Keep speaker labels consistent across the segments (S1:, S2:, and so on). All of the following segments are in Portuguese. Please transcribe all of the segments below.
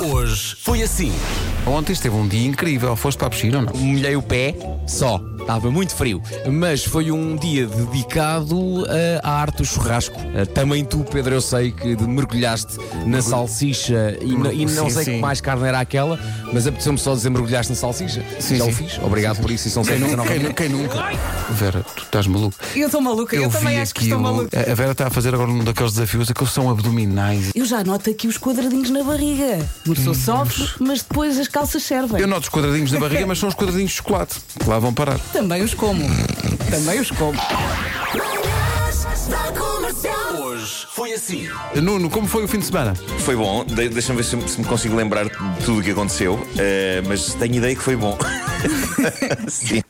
S1: Hoje foi assim.
S2: Ontem esteve um dia incrível. Foste para a piscina ou não?
S1: Molhei o pé só. Estava muito frio, mas foi um dia dedicado eh, à arte do churrasco. Eh, também tu, Pedro, eu sei que de- mergulhaste na salsicha e, no- e não
S2: Sim,
S1: sei
S2: sim.
S1: que mais carne era aquela, mas apeteceu-me só dizer mergulhaste na salsicha.
S2: Sim,
S1: Já o
S2: sim.
S1: fiz, obrigado por isso e são 119
S2: Quem, nu- quem nunca? Vera, tu estás maluco.
S3: Eu estou maluca, eu, também acho que estou maluca.
S2: A a Vera está a fazer agora um daqueles desafios, aqueles são abdominais.
S3: Eu já noto aqui os quadradinhos na barriga. Uma pessoa sofre, mas depois as calças servem.
S2: Eu noto os quadradinhos na barriga, mas são os quadradinhos de chocolate. que Lá vão parar.
S3: Também os como. também os como.
S4: Manhãs da Comercial.
S2: Nuno, como foi o fim de semana?
S5: Foi bom, De- deixa-me ver se, se me consigo lembrar de tudo o que aconteceu, Eh, mas tenho ideia que foi bom. Sim.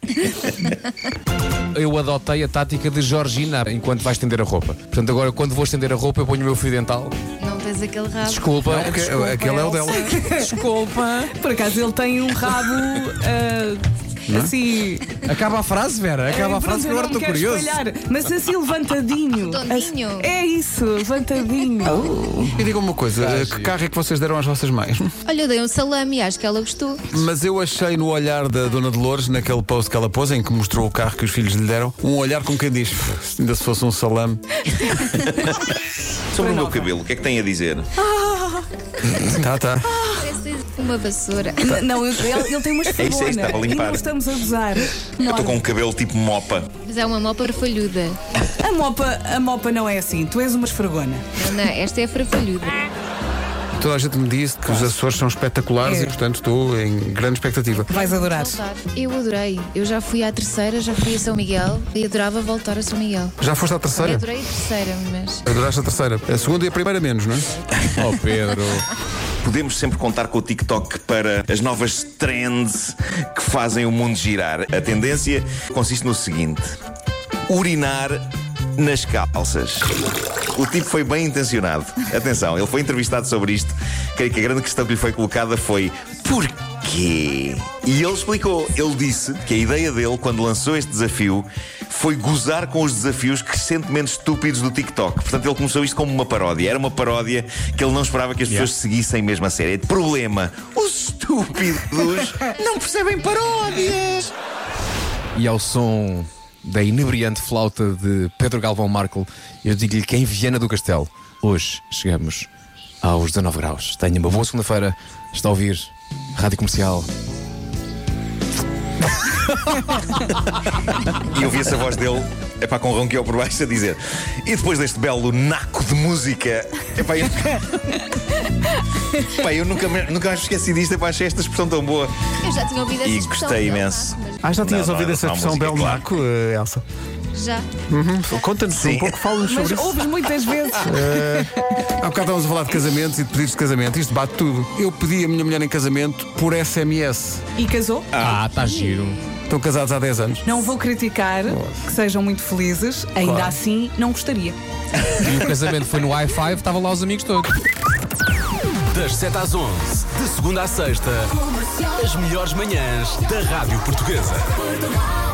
S1: eu adotei a tática de Georgina enquanto vais estender a roupa. Portanto, agora quando vou estender a roupa, eu ponho o meu fio dental.
S6: Não tens aquele rabo.
S1: Desculpa,
S2: Porque aquele é o dela.
S1: desculpa.
S3: Por acaso ele tem um rabo ah, assim.
S1: Acaba a frase, Vera, acaba
S2: É,
S3: eh,
S1: a
S3: pronto,
S1: frase que
S3: eu
S1: agora
S3: não me
S1: estou
S3: quero
S1: curioso.
S3: espalhar, mas assim levantadinho.
S6: Redondinho.
S3: Assim- É isso, levantadinho.
S2: E digam uma coisa, eh, que carro é que vocês deram às vossas mães?
S6: Olha, eu dei um salame e acho que ela gostou.
S2: Mas eu achei no olhar da Dona Dolores, naquele post que ela pôs, em que mostrou o carro que os filhos lhe deram, um olhar com quem diz, "Se ainda se fosse um salame.
S5: Sobre o meu cabelo, o que é que tem a dizer?
S2: Tá, tá.
S6: Parece uma vassoura.
S3: N- Não, ele, ele tem uma
S5: é isso,
S3: esfregona
S5: estava a
S3: e
S5: limpar.
S3: não estamos a gozar.
S5: Eu estou com um cabelo tipo mopa.
S6: Mas é uma mopa farfalhuda.
S3: A mopa, a mopa não é assim, tu és uma esfregona.
S6: Não, esta é farfalhuda.
S2: Toda a gente me disse que os Açores são espetaculares
S3: É.
S2: e, portanto, estou em grande expectativa.
S3: Vais adorar.
S6: Voltar. Eu adorei. Eu já fui à terceira, já fui a São Miguel e adorava voltar a São Miguel.
S2: Já foste à
S6: Eu
S2: terceira?
S6: adorei a terceira, mas.
S2: Adoraste a terceira. A segunda e a primeira menos, não é?
S1: Oh, Pedro.
S5: Podemos sempre contar com o TikTok para as novas trends que fazem o mundo girar. A tendência consiste no seguinte: urinar nas calças. O tipo foi bem intencionado. Atenção, ele foi entrevistado sobre isto. Creio que a grande questão que lhe foi colocada foi: porquê? E ele explicou. Ele disse que a ideia dele, quando lançou este desafio, foi gozar com os desafios crescentemente estúpidos do TikTok. Portanto, ele começou isto como uma paródia. Era uma paródia que ele não esperava que as pessoas seguissem mesmo a série. Problema: os estúpidos não percebem paródias.
S1: E ao som da inebriante flauta de Pedro Galvão Marco, eu digo-lhe que em Viana do Castelo, hoje chegamos aos 19 graus. Tenha uma boa segunda-feira. Está a ouvir Rádio Comercial.
S5: E ouvi essa voz dele, é pá, com ronqueou por baixo a dizer. E depois deste belo naco de música, é pá, eu, Epá, eu nunca, me- nunca mais esqueci disto, é pá, achei esta expressão tão boa.
S6: Eu já tinha ouvido essa
S5: E
S6: expressão
S5: gostei
S6: dela,
S5: imenso.
S6: mas-
S2: Ah, já
S5: tinhas Não, não, ouvido não, essa não, expressão música, belo claro.
S2: naco, Eh, Elsa?
S6: Já.
S2: Conta-nos um pouco, fala-nos
S3: Mas ouves muitas vezes.
S2: Há bocado estávamos a falar de casamentos e de pedidos de casamento. Isto bate tudo. Eu pedi a minha mulher em casamento por SMS.
S3: E casou?
S1: Ah, está giro.
S2: Estão casados há 10 anos.
S3: Não vou criticar que sejam muito felizes, ainda
S2: Claro.
S3: assim não gostaria.
S1: E o casamento foi no i5, estavam lá os amigos todos.
S7: Das 7 às 11, de segunda à sexta, as melhores manhãs da Rádio Portuguesa.
S4: Portugal.